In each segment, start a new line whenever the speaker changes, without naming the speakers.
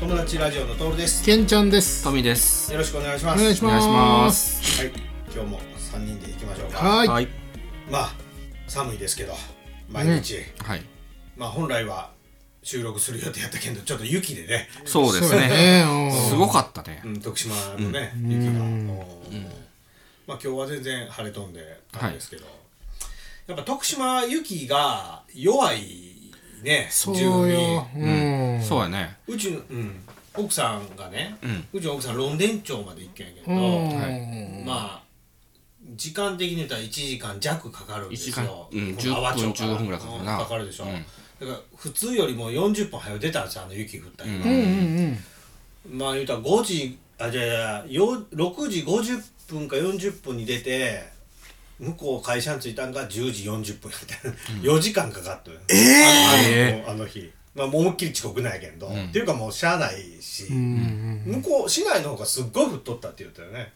友達ラジオのトールです
けんちゃんです。
トミーです
よろしくお願いしま
お
す
願いし
お願いし
ま。
ますす
はい今日も三人で行きましょうか
はーい。
はい
まあ寒いですけど毎日、
はい
まあ本来は収録する予定やったけどちょっと雪でね、
そうです
そうや
ね
ねうん
すごかったね
うん、徳島のね、雪が、おーまあ今日は全然晴れ飛んでたんですけど、やっぱ徳島雪が弱いね
そうよ。うん。
そうやね
うちの、うん、奥さんがね、
うん
うちの奥さん論伝町まで行けんやけど、
うん。
まあ時間的に言ったら1時間弱かかるんです
一時間
よ、
うん
この阿波町
10分15分ぐらいかかるな
うんかかるでしょ、
うん
だから普通よりも40分早う出たんですよあの雪降った日が、
うんうん
まあ言うたら5時あじゃあいやいやよ6時50分か40分に出て向こう会社に着いたんが10時40分やった、4時間かかったえあのあの日、まあ、もう思いっきり遅刻なんやけど、っていうかもうしゃあないし、
うん。
向こう市内の方がすっごい降っとったって言ったよね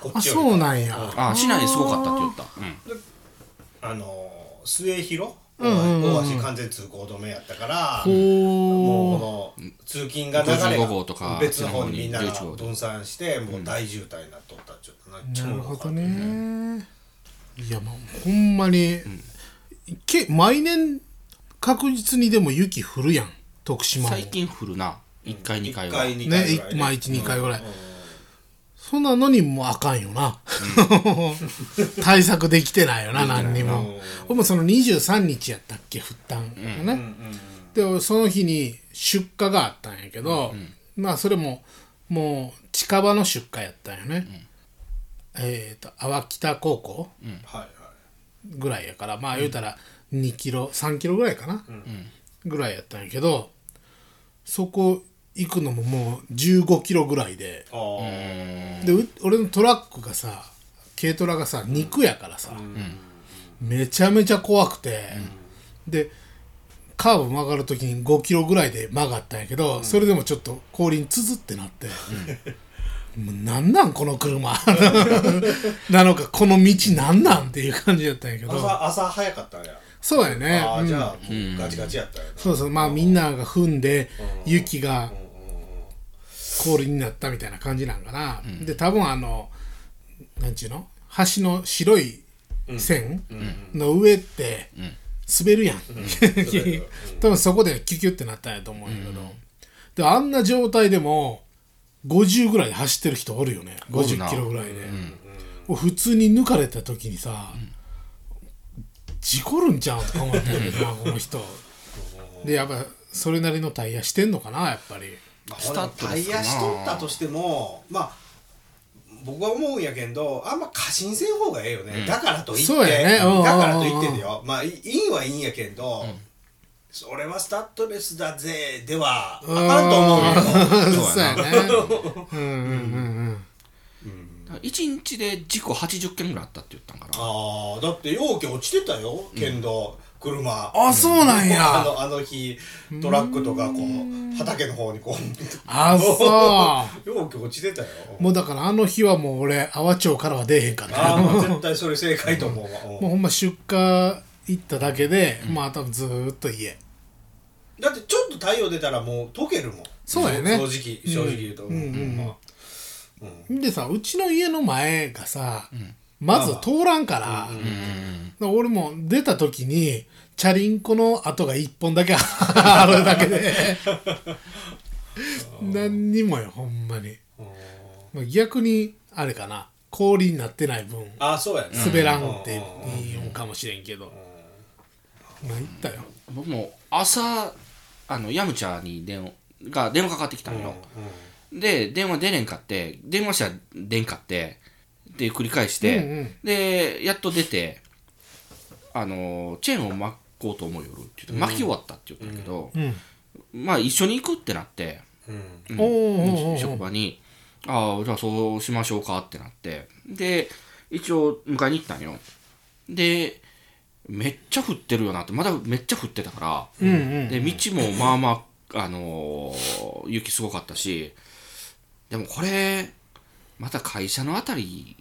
こ
あ、
っちより
そうなんや。
あ市内すごかったって言ったうん
あの末広大
んうんうん
橋完全通行止めやったから、もう
お
こ
お。
の通勤が流れ
55号とか
が別の方にみんなが
11号とか
分散してもう大渋滞になっとったっちゅうかな
なるほどね
ちょっと分かんない。
いや、まあ、ほんまに、け、毎年確実にでも雪降るやん。徳島も。
最近降るな1回2回
一
は
回二
ね
回ぐらい、
いまあ、1、2回ぐらい。
うん
そんなのにもうあかんよな。 対策できてないよな、何に
うん
も。僕もその23日やったっけ、降ったんがね。で、その日に出荷があったんやけど、まあ、それも、もう近場の出荷やったんよね。えっと、淡北高校
はいはい
ぐらいやから、まあ、言うたら2キロ、3キロぐらいかな。ぐらいやったんやけど、そこ行くのももう15キロぐらいで。
あー
でう俺のトラックがさ軽トラがさ肉やからさ、めちゃめちゃ怖くて、でカーブ曲がる時に5キロぐらいで曲がったんやけど、それでもちょっと後輪つづってなって、もうなんなんこの車 なのかこの道なんなんっていう感じだったんやけど
朝朝早かったんや
そうやね
あ
う
あ
ん
じゃあもうガチガチやったんやな
そうそうまあみんなが踏んで雪が氷になったみたいな感じなんかな、で多分あのなんちゅうの橋の白い線の上って滑るやん、
る
多分そこでキュキュってなったんやと思うんやけど、であんな状態でも50ぐらいで走ってる人おるよね
おるな
50キロぐらいで、もう普通に抜かれた時にさ、事故るんちゃうんとか思ったんやけどなこの 人でやっぱそれなりのタイヤしてんのかなやっぱり
まあ
スタッド
タ
レス
イ
か
ヤ
な
しとったとしてもまあ僕は思うんやけんどあんま過信せん方がええよね、だからといって、
そうやねうん
だからといってだよまあいいいんはいいんやけんど、それはスタッドレスだぜではあかんと 思うよ
うん
そうやな
そうやねうんうんうんうん
1日で事故80件ぐらいあったって言ったんかな
あーだって容器落ちてたよ剣道、車
あそうなん
あ
や
のあの日トラックとかこう畑の方にこう
あそ
容器落ちてたよ
うもうだからあの日はもう俺阿波町からは出えへんかった
ああもう絶対それ正解と思うわ、うん
もうほんま出荷行っただけで、まあ多分ずーっと家
だってちょっと太陽出たらもう溶けるもん
そうやね
正直正直言うと、
うんうんうん
まあ
でさうちの家の前がさ、まず通らんから、
うん
だから俺も出た時にチャリンコの跡が1本だけ あるだけで 何にもよほんまにまあ逆にあれかな氷になってない分
ああそうやね
滑らんって
う
言うんかもしれんけどまあ言ったよ
僕も朝あのヤムチャに電話が電話かかってきたんよで電話出れんかって電話したら出んかってで繰り返して、
うんうん
でやっと出てあのチェーンを巻こうと思うよるって言って巻き終わったって言ったけど、
うん
まあ一緒に行くってなって、
うん
うん
おーおーおー
職場に「ああじゃあそうしましょうか」ってなってで一応迎えに行ったんよでめっちゃ降ってるよなってまだめっちゃ降ってたから、
うんうん
で道もまあまあ、あのー雪すごかったしでもこれまた会社のあたり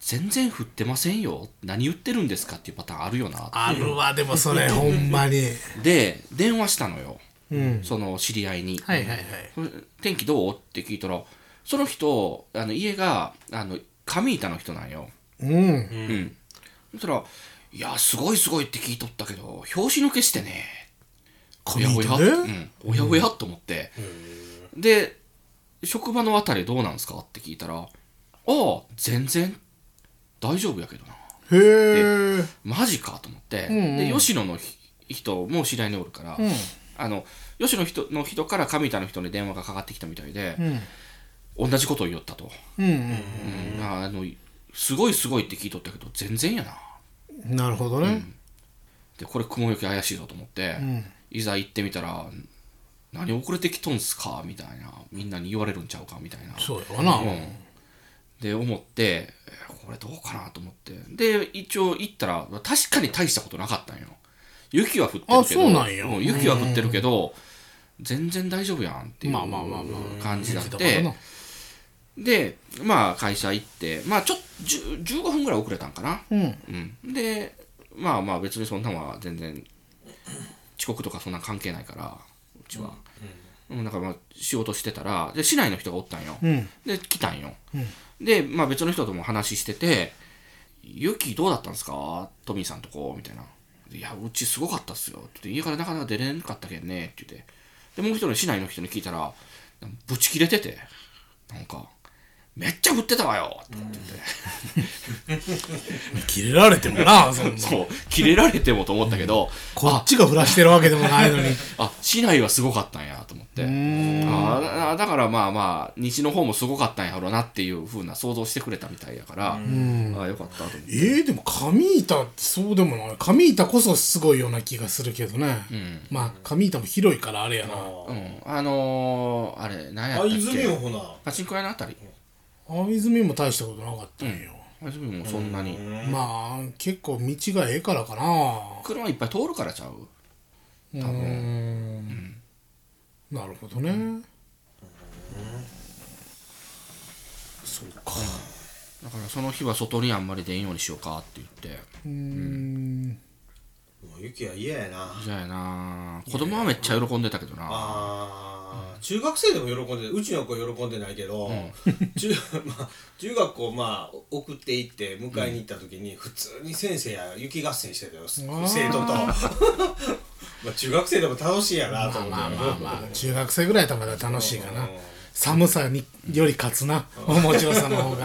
全然降ってませんよ何言ってるんですかっていうパターンあるよな
あるわでもそれほんまに
で電話したのよ
うん
その知り合いに、
はいはいはい
それ天気どうって聞いたらその人あの家があの上板の人なんよ
うん
うんそしたら「いやすごいすごい」って聞いとったけど拍子抜けしてねお
紙
やおや、う
で
ん、おやおやと思って、で職場のあたりどうなんですかって聞いたら「ああ全然大丈夫やけどな」
へえ
マジかと思って、
んうん
で吉野のひ人も知り合いにおるから、
ん
あの吉野の人の人から上田の人に電話がかかってきたみたいで
う、ん
同じことを言おったと、
うん
うんああのすごいすごいって聞いとったけど全然やな
うんなるほどね
でこれ雲行き怪しいぞと思って、
うん
いざ行ってみたら何遅れてきとんすかみたいなみんなに言われるんちゃうかみたいな
そうやわな
うん、で思ってえーこれどうかなと思ってで一応行ったら確かに大したことなかったんよ雪は降ってるけど
あそうなんや
う雪は降ってるけど、全然大丈夫やんっていう
まあまあまあま
感じだっ
だから
て、
な
でまあ会社行ってまあちょっ10 15分ぐらい遅れたんかな、
うん
うん、でまあまあ別にそんなんは全然遅刻とかそんなん関係ないからうちは、うんだからまあ仕事してたらで市内の人がおったんよ、
うん
で来たんよ、で、まあ、別の人とも話してて「ユキどうだったんですかトミーさんとこ」みたいな「いやうちすごかったっすよ」って言って家からなかなか出れんかったけんね」って言ってでもう一人の市内の人に聞いたらブチ切れててなんか「めっちゃ降ってたわよ」とかって言って、
切れられてもなそんな
そう切れられてもと思ったけど、
こっちが降らしてるわけでもないのに
あ市内はすごかったんやと思ってあーだだからまあまあ西の方もすごかったんやろうなっていうふうな想像してくれたみたいやから、ああよかったと思って。
えー、でも上板ってそうでもない上板こそすごいような気がするけどね、まあ上板も広いからあれやな、
あ
うん、あのー、あれ、何や
あ
ったっ
泉
け
よほな
パチンコ屋のあたり。
青泉も大したことなかったんよ、
あ泉もそんなに。
まあ結構道がええからかな
車いっぱい通るからちゃう。
多分なるほどね、そうか
だからその日は外にあんまり出んようにしようかって言って。
うーん
もう雪は嫌やな
じゃあやな子供はめっちゃ喜んでたけどな。
あー中学生でも喜んでうちの子喜んでないけど、中まあ、中学校、まあ、送って行って迎えに行った時に、普通に先生や雪合戦してたよ
ー
生徒と まあ中学生でも楽しいやなと思って、
まあまあまあ中学生ぐらいだったらまだ楽しいかな
うん
寒さにより勝つな面白さの方が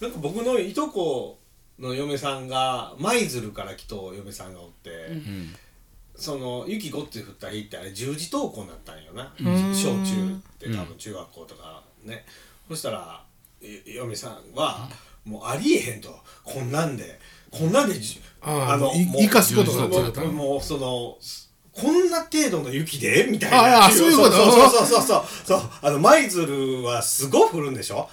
なんか僕のいとこの嫁さんが舞鶴から来た嫁さんがおって、
ん
その雪ごっつい降った日ってあれ十字登校になったんよな、
ん
小中って多分中学校とかね、そしたらい嫁さんは、もうありえへんとこんなんでこんなんでじゅ
あーい
もう
生かすことが
も
違った
うもうそのこんな程度の雪でみたいな
ああそういうこと
そうそうそうそうそうあの舞鶴はすごい降るんでしょ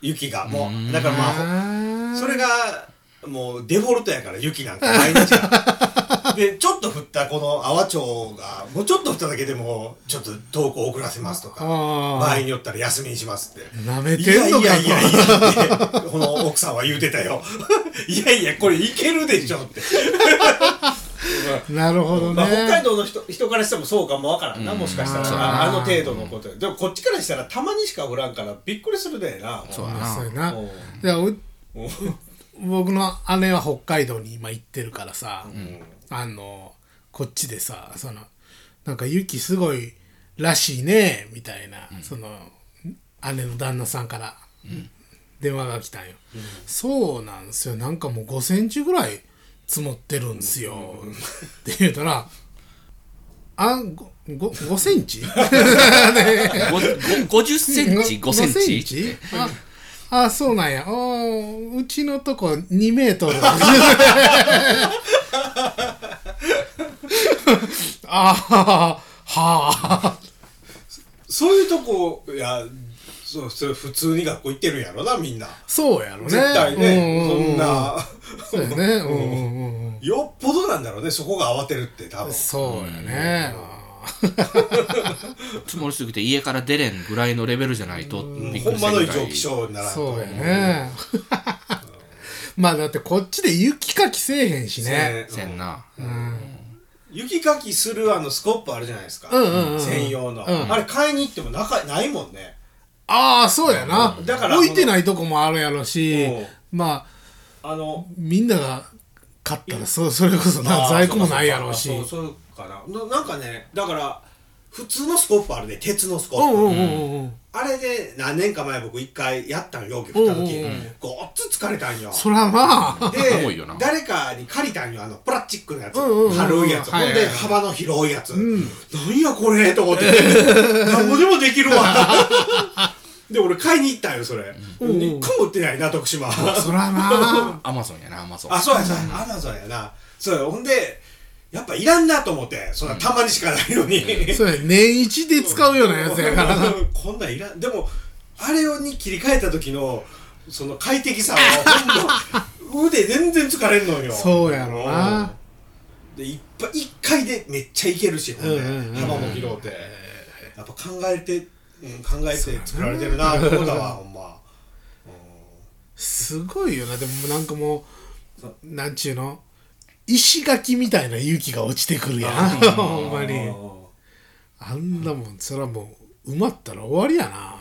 雪がもうだからまあ
あ
それがもうデフォルトやから雪なんか毎日 がでちょっと降ったこの阿波町がもうちょっと降っただけでもちょっと投稿遅らせますとか
あー
場合によったら休みにしますって
なめてんのか
いやいやいやいやってこの奥さんは言うてたよ いやいやこれいけるでしょって、
なるほどね、
まあ、北海道の人人からしてもそうかもわからんな、もしかしたら
そうや
あ
な
の程度のことででもこっちからしたらたまにしか降らんからびっくりするでな
そうや
まあそうや
な。
な
うん
いやう
もう
僕の姉は北海道に今行ってるからさ、あのこっちでさそのなんか雪すごいらしいねみたいな、その姉の旦那さんから電話が来たんよ、そうなんですよなんかもう5センチぐらい積もってるんですよ、って言うたらあごご5センチ
ごご50センチ、5センチって。
ああそうなんやおうちのとこ2メートル あはあ
そういうとこいやそうそう普通に学校行ってるんやろなみんな
そうやろね
絶対ね、
うんうん
そ
うん
んな
そうやねうんうんうんうん
よっぽどなんだろうねそこが慌てるって多分
そうやね
積もりすぎて家から出れんぐらいのレベルじゃないと、びっく
ほ
り
ん
す
まの異
るぐらい
常気象にならんと
そうやね まあだってこっちで雪かきせえへんしね
せ
せんな。
うん
雪かきするあのスコップあるじゃないですか、
うんうんうん
専用の、
うん
あれ買いに行ってもなかないもんね
ああそうやな、
だから
置いてないとこもあるやろし
うん
まあ
あの
みんなが買ったらそそれこそな
あー
在庫もないやろうし
そうかそうかそうかなななんかねだから普通のスコップあるで鉄のスコッ
うん
プ、
うんうんうん、
あれで何年か前僕一回やったんよ容器振った時、
うんうんう
ごっつ疲れたんよ
そら まあ
で
重いよな
誰かに借りたんよあのプラスチックのやつ、
うんうんうん
軽いやつ、
はいはい
ほんで幅の広いやつ、なんやこれと思 って何ぼでもできるわで俺買いに行ったんよそれ、
ん
一個も売ってないな徳島
そらまあ
アマゾンやなアマゾン
あそうやそうや、アマゾンやなそうやほんでやっぱいらんなと思ってそんなたまにしかないのに、
そうや年一で使うようなやつやか らな
こんなんいらんでもあれに切り替えた時のその快適さはほんま腕全然疲れんのよ
そうやろな
うんでいっぱい一回でめっちゃいけるし、ほんで
うんうんうん
幅も広うてやっぱ考えて、うん、考えて作られてるなと思ったわほん ます
ごいよなでもなんかもうなんちゅうの石垣みたいな雪が落ちてくるやん ほんまに
うん
あんなもんそらもう埋まったら終わりやな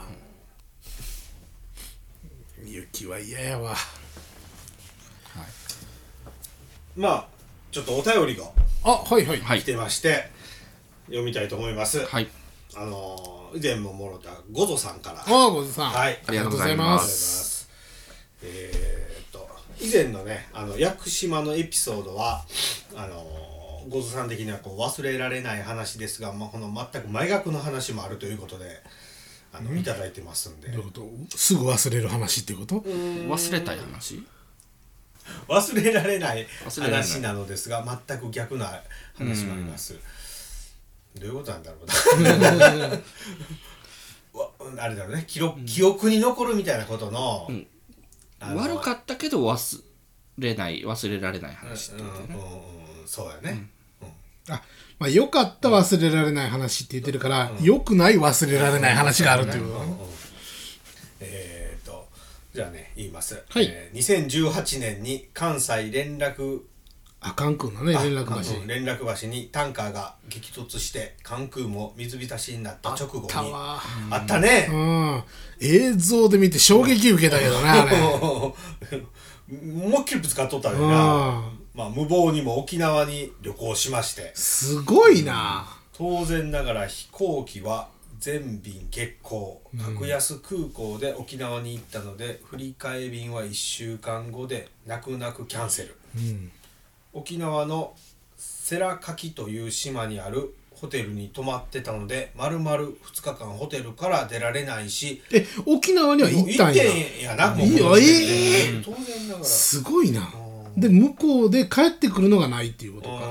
雪は嫌やわ
まあちょっとお便りが
あはいはい
はい
来てまして、読みたいと思います、
はい
あのー以前ももろたゴゾさんから
あごずさん
はい
ありがとうございま
ありがとうございますす。えーっと以前のねあの屋久島のエピソードはあのごずさん的にはこう忘れられない話ですが、まあ、この全く前学の話もあるということであのいただいてますんで
どういうことすぐ忘れる話ってこと
忘れたい話
忘れられない
忘れられない
話なのですが全く逆な話もあります。どういうことなんだろ うなわ。あれだろうね記録記憶に残るみたいなことの,、
ん
あの
悪かったけど忘れない忘れられない話って
うん
こ
うん
とね
うんそうやね、
あ、まあ、良かった忘れられない話って言ってるから、良くない忘れられない話があるっていうこと、
えー、とじゃあね言います、
はい
えー2018年に関西連絡
あかんくんのね
あ
連絡橋
うん連絡橋にタンカーが激突して関空も水浸しになった直後に
あったわ
あったね、
うん映像で見て衝撃受けたけどねあれ
思いっきりぶつかっとったでな、
うん
まあ、無謀にも沖縄に旅行しまして
すごいな
当然ながら飛行機は全便欠航格安空港で沖縄に行ったので、振り替え便は1週間後で泣く泣くキャンセル
うん
沖縄のセラカキという島にあるホテルに泊まってたので丸々2日間ホテルから出られないし
え沖縄には行ったんや
点やなもう
いいよ
うん
ええ
当然ながら
すごいな
うん
で向こうで帰ってくるのがないっていうことか
うん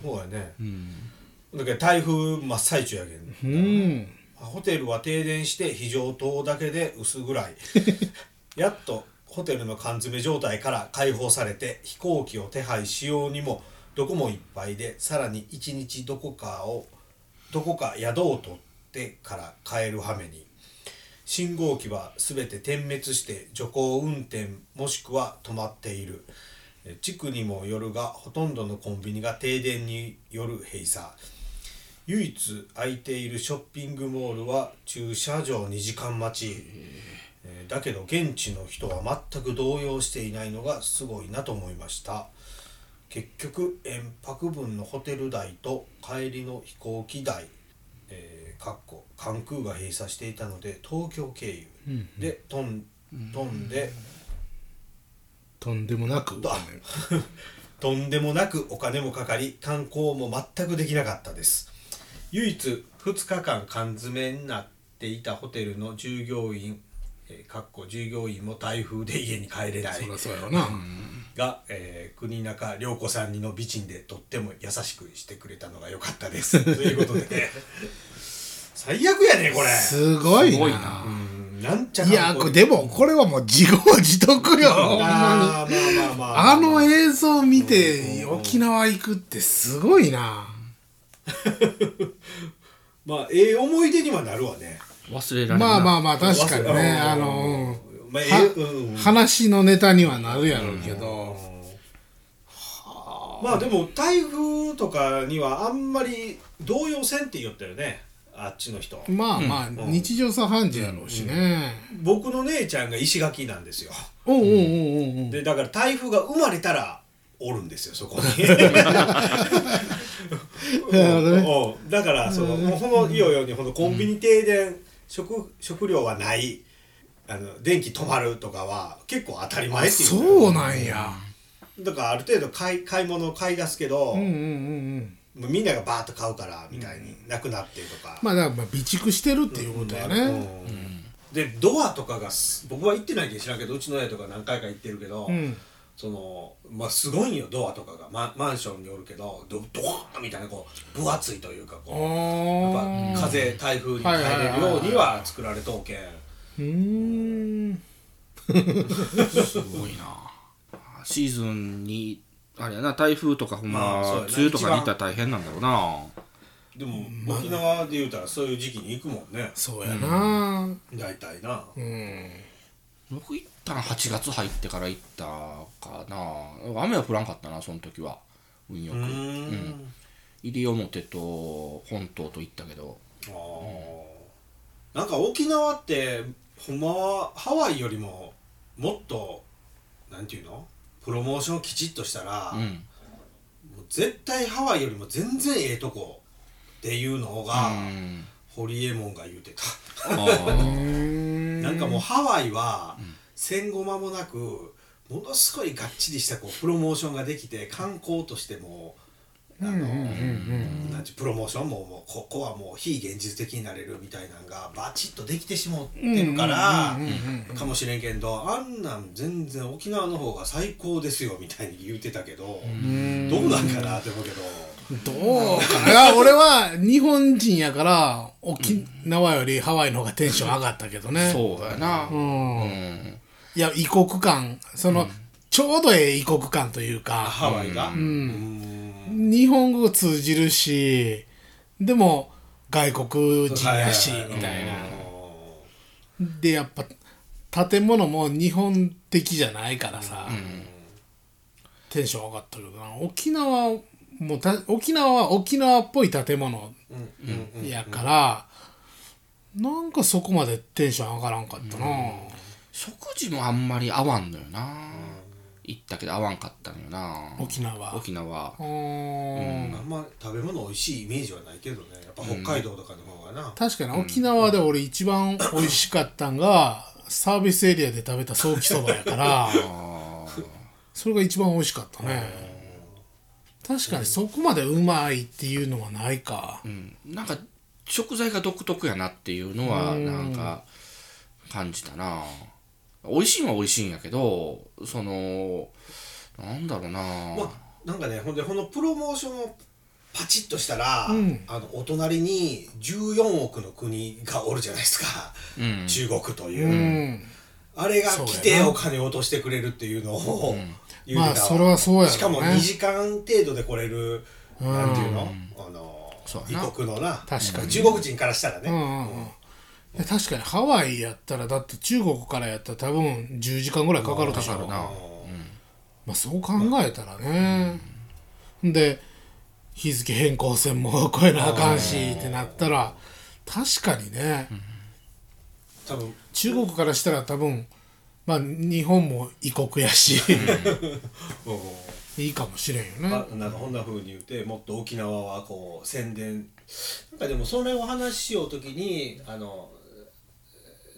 そうやね
うん
だけど台風真っ最中やけん
うん
ホテルは停電して非常灯だけで薄暗いやっとホテルの缶詰状態から解放されて飛行機を手配しようにもどこもいっぱいでさらに一日どこかをどこか宿を取ってから帰る羽目に信号機は全て点滅して徐行運転もしくは止まっているえ地区にもよるがほとんどのコンビニが停電による閉鎖唯一空いているショッピングモールは駐車場2時間待ちえーだけど現地の人は全く動揺していないのがすごいなと思いました結局延泊分のホテル代と帰りの飛行機代、えー、かっこ関空が閉鎖していたので東京経由で飛ん飛んで
とんでもなく
だとんでもなくお金もかかり観光も全くできなかったです唯一2日間缶詰になっていたホテルの従業員えーかっこ従業員も台風で家に帰れない
そりゃそうやろな
が、えー国中涼子さんにの美人でとっても優しくしてくれたのが良かったです ということで最悪やねこれ
すごい
すごい
な
な
うんなんちゃ
いやこれでもこれはもう自業自得よほんまに
あーまあまあまあ
あの映像見て沖縄行くってすごいな
まあええ思い出にはなるわね
忘れられない
まあまあまあ確かに
忘れ
ねあの
うんまあええ
は
うん
話のネタにはなるやろうけど、は
まあでも台風とかにはあんまり動揺せんって言ったよねあっちの人
まあまあ、日常茶飯事やろうしね。
僕の姉ちゃんが石垣なんですよ
うんうんうんうんうん。
でだから台風が生まれたらおるんですよそこ に
なるほどね
うんだからそのもうほのいよいよにほのコンビニ停電、食食料はないあの電気止まるとかは結構当たり前っていう
そうなんや。
だからある程度買い買い物を買い出すけど、
うんうん
も
うんうん。
うみんながバーッと買うからみたいになくなってとか、
まあだからまあ備蓄してるっていうことやね。
うんでドアとかがす僕は行ってないけど知らんけどうちの親とか何回か行ってるけど、
うん。
そのまあすごいんよドアとかが、ま、マンションにおるけどドドアみたいなこう分厚いというか
あ
こうやっ
ー
ぱ風台風に耐えれるようには作られとうけん
うーん。
すごいなシーズンにあれやな台風とかほん
ま
ま
あそうやな
梅雨とかに行ったら大変なんだろうな
でも沖縄で言うたらそういう時期に行くもんね
そうやな。
大体な
うん。
僕行ったら8月入ってから行ったかな雨は降らんかったなその時は運よ
う
く
ーん
西表と本島と行ったけど
あーなんか沖縄ってほんまはハワイよりももっとなんていうのプロモーションをきちっとしたら、
うん
もう絶対ハワイよりも全然ええとこっていうのが、
うん
ホリエモンが言うてた、
あー
なんかもうハワイは戦後間もなくものすごいがっちりしたこうプロモーションができて観光としてもあの、なんてプロモーションももうここはもう非現実的になれるみたいなんがバチッとできてしもってるからかもしれんけんどあんなん全然沖縄の方が最高ですよみたいに言うてたけどどうなんかなって思うけど。
どうかな俺は日本人やから沖縄よりハワイの方がテンション上がったけどね。
そうやな
う。
うんん
いや、異国感、その、ちょうどええ異国感というか。
ハワイが、うん
日本語通じるしでも外国人やしみたいな。でやっぱ建物も日本的じゃないからさ、テンション上がったけどな沖縄もた沖縄は沖縄っぽい建物やから、なんかそこまでテンション上がらんかったな、
食事もあんまり合わんのよな行ったけど合わんかったのよな
沖縄
沖縄
うーん
あんま食べ物美味しいイメージはないけどねやっぱ北海道とかの方がな、
確かに沖縄で俺一番美味しかったんがサービスエリアで食べたソーキそばやからそれが一番美味しかったね確かにそこまでうまいっていうのはないか
うんなんか食材が独特やなっていうのはなんか感じたな美味しいのは美味しいんやけどそのなんだろうな、
まあ、なんかねほんでこのプロモーションをパチッとしたら、
ん
あのお隣に14億の国がおるじゃないですか、
うん
中国という、
うん
あれが来
そう
て
やな
お金を落としてくれるっていうのを、言うてたわ
まあそれはそうやろうね
しかも2時間程度で来れる、なんていうのあの
そう
異
やな
国のな
確かに
中国人からしたらね、
うんうんうんいや確かにハワイやったらだって中国からやったら多分10時間ぐらいかかるでしょ
かかるな
まあ、そう考えたらね、で日付変更線も超えなあかんしってなったら確かにね、
多分
中国からしたら多分まあ日本も異国やし
うん
いいかもしれんよね
あなんかこんな風に言ってもっと沖縄はこう宣伝なんかでもそれを話しようときにあの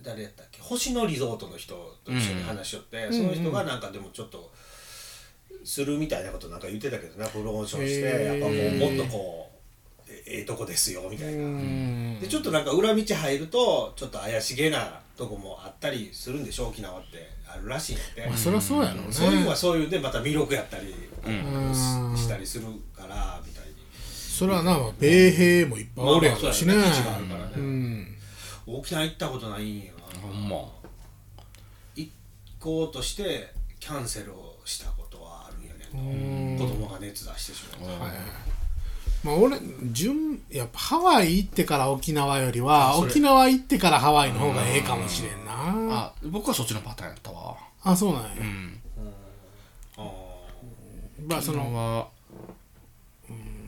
誰やったっけ星野リゾートの人と一緒に話しよって、その人がなんかでもちょっとするみたいなことなんか言ってたけどなプロモーションして
へー
やっぱもうもっとこうえええとこですよみたいな。
うん
でちょっとなんか裏道入るとちょっと怪しげなとこもあったりするんでしょ沖縄ってあるらしいんやって、
まあそりゃそうやろうね
そういうのはそういうでまた魅力やったり、
うん
ししたりするからみたいに。
それはなまあ米兵もいっぱいおるやろうしね,、
まあまあそうやね基地があるからね
うん
沖縄行ったことないんやな
ほんま
行こうとしてキャンセルをしたことはあるんや
う
ねん子供が熱出してしまった、
まあ俺順やっぱハワイ行ってから沖縄よりは
それ
沖縄行ってからハワイの方がええかもしれんなあ
あ僕はそっちのパターンやったわ
あそうなんや、
うん
あー
まあその
は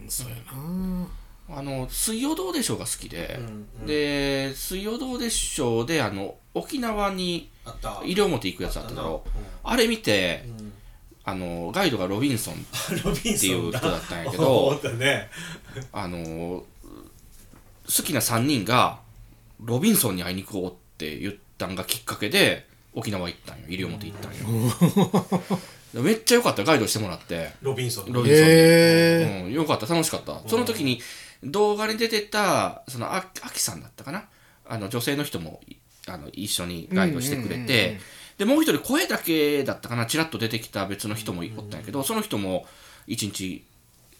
そうやな
あの「水曜どうでしょう」が好きで、
ん
で「水曜どうでしょうで」あの沖縄に
あった
西表行くやつあっただろ
うん
あれ見て、あのガイドがロビンソン
ロビン
ってい
ソン
う人
だ
だったんやけ
思
ど
ったね
あの好きな3人がロビンソンに会いに行こうって言ったんがきっかけで沖縄行ったんよ西表行ったんよ、めっちゃ良かったガイドしてもらって
ロビンソン
ロビンソンに
ええ
うん、よかった楽しかった、その時に動画に出てたそのああきさんだったかなあの女性の人もいあの一緒にガイドして
う
くれ
んうんうんうん
てでもう一人声だけだったかなちらっと出てきた別の人もおったんやけど、その人も1日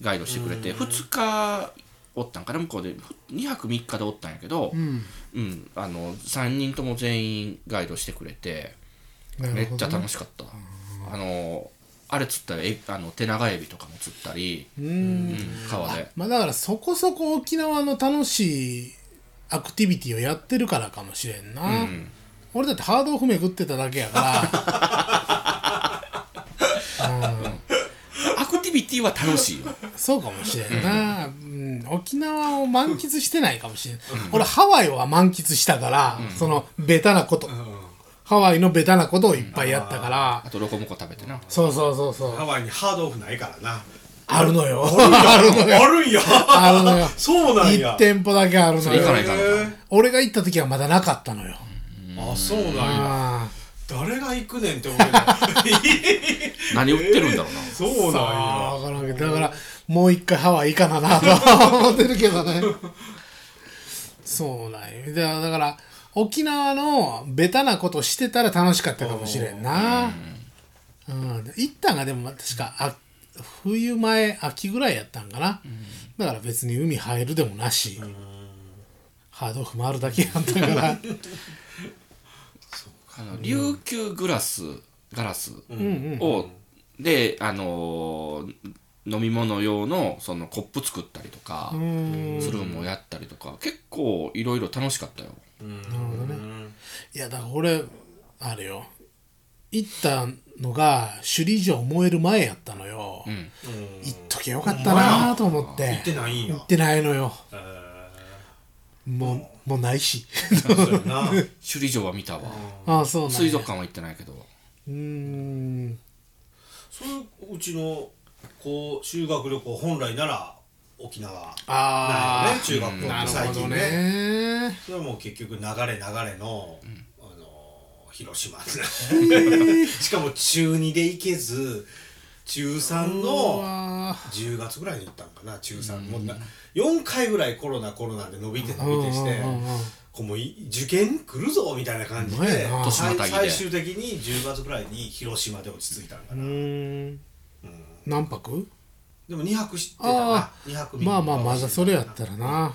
ガイドしてくれて、2日おったんかな向こうで2泊3日でおったんやけど、
うん
うん、あの3人とも全員ガイドしてくれて。
な
め
る
っ
ほ
ちゃ
どね
楽しかった、あのあれ釣ったりえあの手長エビとかも釣ったり、
う
うんん、川で
まあだからそこそこ沖縄の楽しいアクティビティをやってるからかもしれんな、
うん
俺だってハードオフめくってただけやからうん
アクティビティは楽しいよ
そうかもしれんな、うん、沖縄を満喫してないかもしれん、俺ハワイは満喫したから、そのベタなこと、ハワイのベタなことをいっぱいやったから、
あとロコモコ食べてな
そうそうそうそう
ハワイにハードオフないからな
あるのよあるのよ
あるんや
あるのよ
そうなんや
1店舗だけあるの
行かな
よ
いかんのか
俺が行った時はまだなかったのよ、
へーあそうなんや
あ
誰が行くねんって思うけど
何売ってるんだろうな、
そうな
あ
んや
あ分からんけどだからもう一回ハワイ行かななと 思ってるけどねそうなんよだからだから沖縄のベタなことしてたら楽しかったかもしれんなうん行ったんがでも確かあ冬前秋ぐらいやったんかな、だから別に海入るでもなし、ハードオフ回るだけやったから
あの琉球グラスガラス
う
うん
ん
うん
を、であのー飲み物用のそのコップ作ったりとか
う、ん
するのもやったりとか結構いろいろ楽しかったよ
うん
いやだから俺あれよ行ったのが首里城燃える前やったのよ、
うん
うん
行っときゃよかったなと思って
行ってないんや
行ってないのよ
え
もうもうないし
ーそうやな
首里城は見たわ
ああそうなんや
水族館は行ってないけど
うーん
そのうちのこう修学旅行本来なら沖縄
あ
なん
あ
よね中学校
な
っ
る
て最
ほど
近
ね
ねそれはもう結局流れ流れの、あの広島 しかも中2で行けず中3
う
の
わ
10月ぐらいに行ったんかな中3、もうな4回ぐらいコロナコロナで伸びて伸びてして、
うんうんうんうん
こうもうい受験来るぞみたいな感じで
ほんまやな
最
年またぎで
最終的に10月ぐらいに広島で落ち着いたんか
ーう
な、
ーん何泊
でも2泊してたな
あ
2泊
まあまあまだそれやった
ら
らな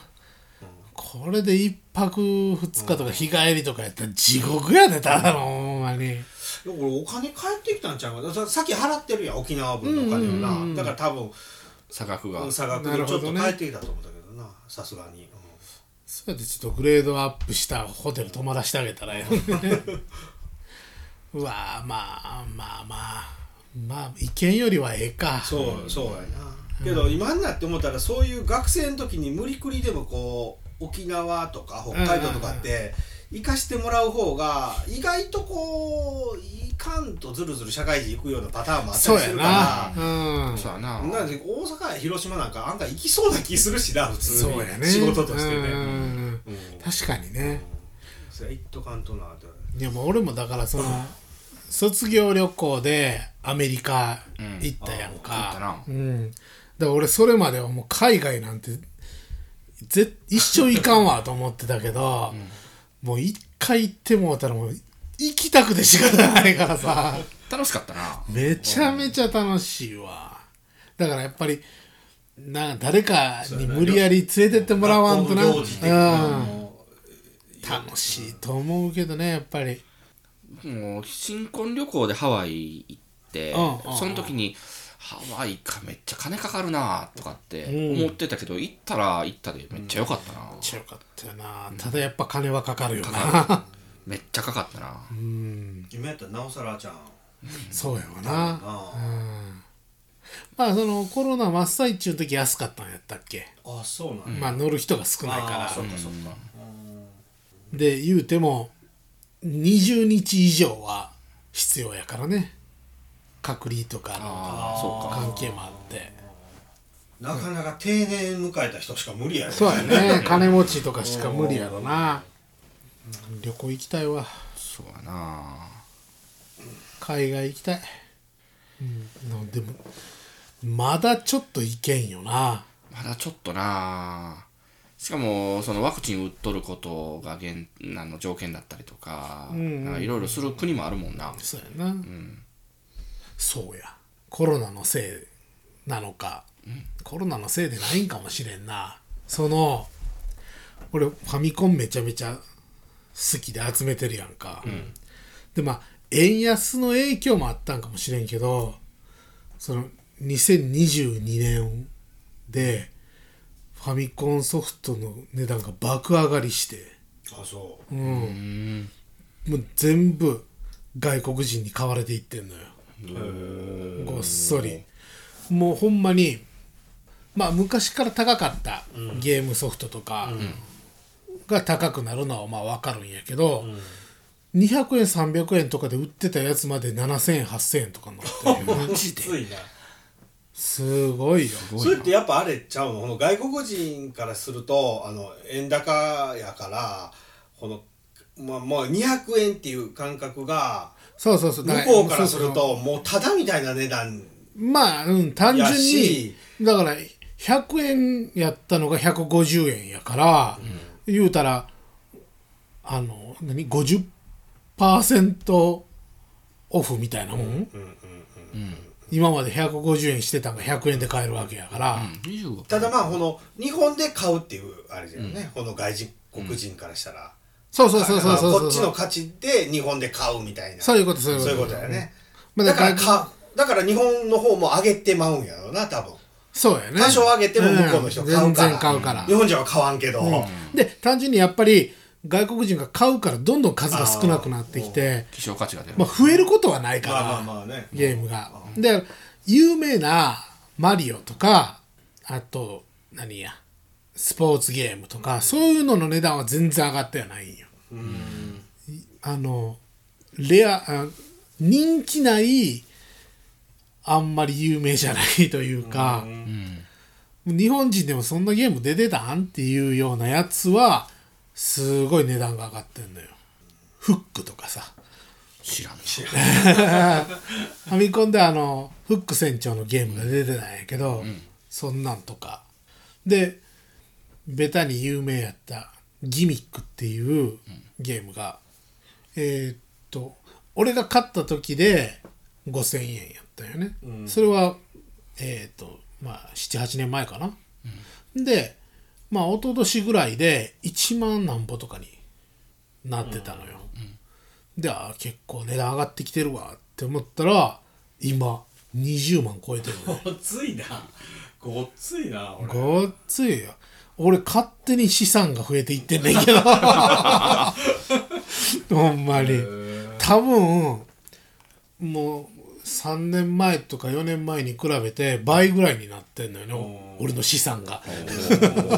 これで一泊二日とか日帰りとかやったら地獄やでただのほんまに
俺お金返ってきたんちゃうかなささっき払ってるやん沖縄分のお金をな、
うんうんうんうん
だから多分
差額が、
差額
なる
ち
ほ
ょっと
どね
変えてきたと思うんだけどなさすがに、
そうやってちょっとグレードアップしたホテル泊まらしてあげたらええのにねうわーまあまあまあまあ意見よりはええか
そう、そうやなけど今になって思ったらそういう学生の時に無理くりでもこう沖縄とか北海道とかって行かしてもらう方が意外とこういかんとずるずる社会人行くようなパターンもあった
そう
りす
や
る
な
か
うん
そうやな
らなんで大阪や広島なんか案外行きそうな気するしな普通
そうや
に
ね
仕事として
うんうん
ね。
うん
うん
確かにね
それ行っとかんとなって
いやもう俺もだからその卒業旅行でアメリカ
うん
行ったやん
行った
か
な、
うんだから俺それまではもう海外なんてぜ一生行かんわと思ってたけど、もう一回行ってもうたらもう行きたくて仕方ないからさ
楽しかったな
めちゃめちゃ楽しいわだからやっぱりな誰かに無理やり連れてってもらわんとな、
学校の行事的な
うん
も
楽しいと思うけどねやっぱり
もう新婚旅行でハワイ行って、
うんうん
その時にハワイかめっちゃ金かかるなとかって思ってたけど、行ったら行ったでめっちゃ良かったな、
めっちゃよかったよなただやっぱ金はかかるよな
めっちゃかかったな、
うん
う夢やったらなおさらちゃん
そうやわ
な
な
あ
うんまあそのコロナ真っ最中の時安かったんやったっけ、
あそうなんや
まあ乗る人が少ない
あ
か
ーそっかそっか、
らで言うても20日以上は必要やからね隔離とか
ああ
の
そうか
関係もあって
なかなか定年迎えた人しか無理やね
そうやね金持ちとかしか無理やろな旅行行きたいわ
そうやな
海外行きたい、うん、なでもまだちょっと行けんよな
まだちょっとなしかもそのワクチン打っとることが原あの条件だったりとかなんかいろいろする国もあるもんな
そうやな、そうやコロナのせいなのか、コロナのせいでないんかもしれんなその俺ファミコンめちゃめちゃ好きで集めてるやんか、でまあ円安の影響もあったんかもしれんけどその2022年でファミコンソフトの値段が爆上がりして
あそう、
もう全部外国人に買われていってんのよごっそりもうほんまにまあ昔から高かったゲームソフトとかが高くなるのはまあ分かるんやけど、200円300円とかで売ってたやつまで7000円8000円とかになって るよね
きついな
すごいよ
それってやっぱあれちゃうのこの外国人からするとあの円高やからこのまあもう200円っていう感覚が
そうそうそう
向
だ
こうからす
そ
る
うそう
ともうタダみたいな値段
まあうん単純
や
に
し
だから100円やったのが150円やから、言うたらあの何50%オフみたいなもん,、今まで150円してたのが100円で買えるわけやから、
25
ただまあこの日本で買うっていうあれだよね、この外人国人からしたら、
そうそうそうそう
こ
そう
っち
そ
の
う
価値で日本で買うみたいな
そういうことそういうこと
そういうことだよね、
まあ
だから
外国
かだから日本の方も上げてまうんやろうな多分
そうやね
多少上げても向こうの人買
ん
うから,、
全然買うから、
日本人は買わんけど、
で単純にやっぱり外国人が買うからどんどん数が少なくなってきて
希少価値が出る
まあ、増えることはないから、
まあまあまあね
ゲームが。で、有名なマリオとか、あと、何や、スポーツゲームとか、そういうのの値段は全然上がってはないんよ。いあの、レアあ、人気ない、あんまり有名じゃないというか、日本人でもそんなゲーム出てたんっていうようなやつは、すごい値段が上がってんのよ。フックとかさ。
知らん
ファミコンであのフック船長のゲームが出てないんやけど、そんなんとかでベタに有名やった「ギミック」っていうゲームが、えーっと俺が買った時で5,000円やったよね、それはえーっとまあ78年前かな、でまあ一昨年ぐらいで1万なんぼとかになってたのよ、であー結構値段上がってきてるわって思ったら今20万超えてるね
ごっついなごっついな俺
ごっついよ俺勝手に資産が増えていってんねんけど ほんまに多分もう3年前とか4年前に比べて倍ぐらいになってんのよね俺の資産が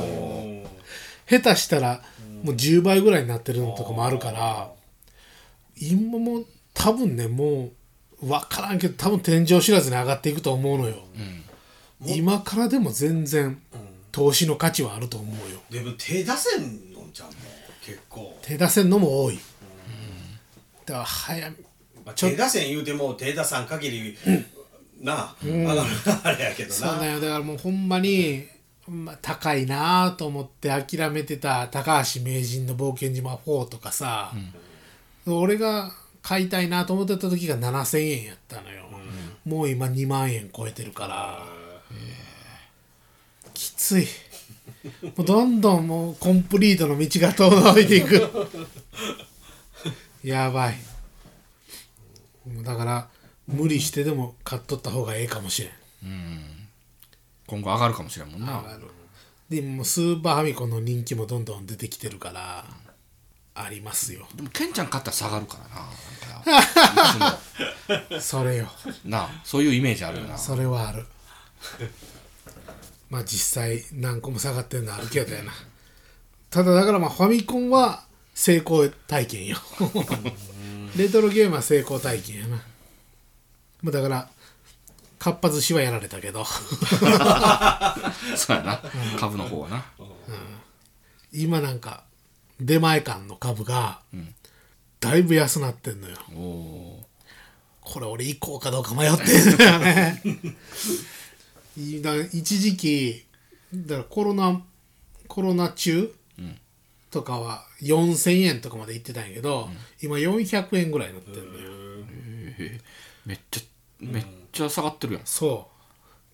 下手したらもう10倍ぐらいになってるのとかもあるから今も多分ねもう分からんけど多分天井知らずに上がっていくと思うのよ、今からでも全然投資の価値はあると思うよ
でも手出せんのんちゃんも結構、
手出せんのも多い、だから早め
まあ、
ちょ
手出せん言うても手出さん限り、なあ、あのあれやけど
そう
な
だよだからもうほんまに、まあ、高いなあと思って諦めてた高橋名人の冒険島4とかさ、俺が買いたいなと思ってた時が7000円やったのよ、もう今2万円超えてるから、きついもうどんどんもうコンプリートの道が遠のいていく やばいもうだから無理してでも買っとった方がええかもしれん
今後上がるかもしれんもんな
あるでもうスーパーファミコンの人気もどんどん出てきてるからありますよ
でもケンちゃん勝ったら下がる からななんかいつも
それよ
なそういうイメージあるよな
それはあるまあ実際何個も下がってんのあるけどやなただだからまあファミコンは成功体験よレトロゲームは成功体験やなまあだからかっぱ寿司はやられたけど
そうやな株の方はな
今なんか出前館の株がだいぶ安なってんのよ
おお
これ俺行こうかどうか迷ってんだよね いいだから一時期だからコロナコロナ中とかは4000円とかまで行ってたんやけど、今400円ぐらいになってんだよ、
めっちゃめっちゃ下がって るやん
そ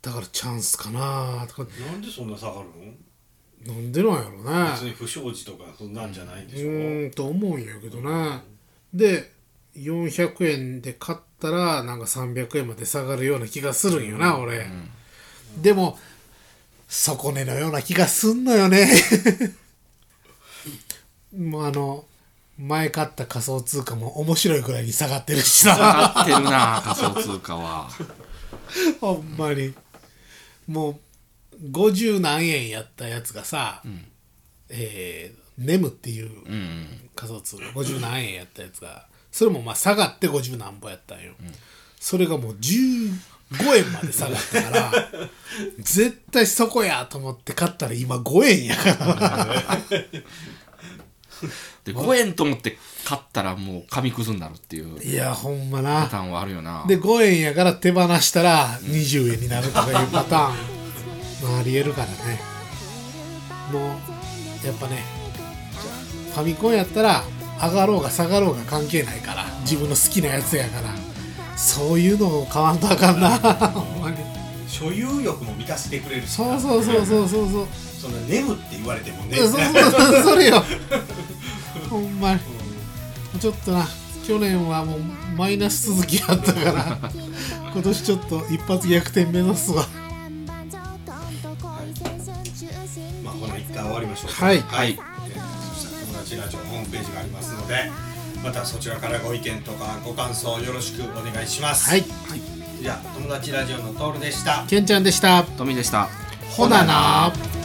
うだからチャンスかなとか
なんでそんな下がるの
なんでなんやろ
別
ね
に不祥事とかそんなんじゃないんで
う
しょ
ーんと思うんやけどねで400円で買ったらなんか300円まで下がるような気がするんよな俺、でも底値のような気がすんのよね もうあの前買った仮想通貨も面白いくらいに下がってるし な
上がってるな仮想通貨は
ほんまにもう50何円やったやつがさ、えー、ネムっていう
うん
仮想通貨50何円やったやつがそれもまあ下がって50何本やったんよ、それがもう15円まで下がったから 絶対そこやと思って買ったら今5円やから
で5円と思って買ったらもう紙くずになるっていう
いやほんま
パタ
な
ーンはあるよな
で5円やから手放したら20円になるとかいうパターンまあありえるからねもうやっぱねファミコンやったら上がろうが下がろうが関係ないから自分の好きなやつやからそういうのを買わんとあかんなほんまに
所有欲も満たしてくれるし
そうそうそうそうそうそう
その眠って言われてもね
そうそうそうそれよほんまにちょっとな去年はもうマイナス続きやったから今年ちょっと一発逆転目指すわ
まあこの一回終わりましょうか
はい
はい
えーそしたら友達ラジオホームページがありますのでまたそちらからご意見とかご感想よろしくお願いします
はい
じゃあ友達ラジオのトールでした
けんちゃんでした
トミーでした
ほなな
「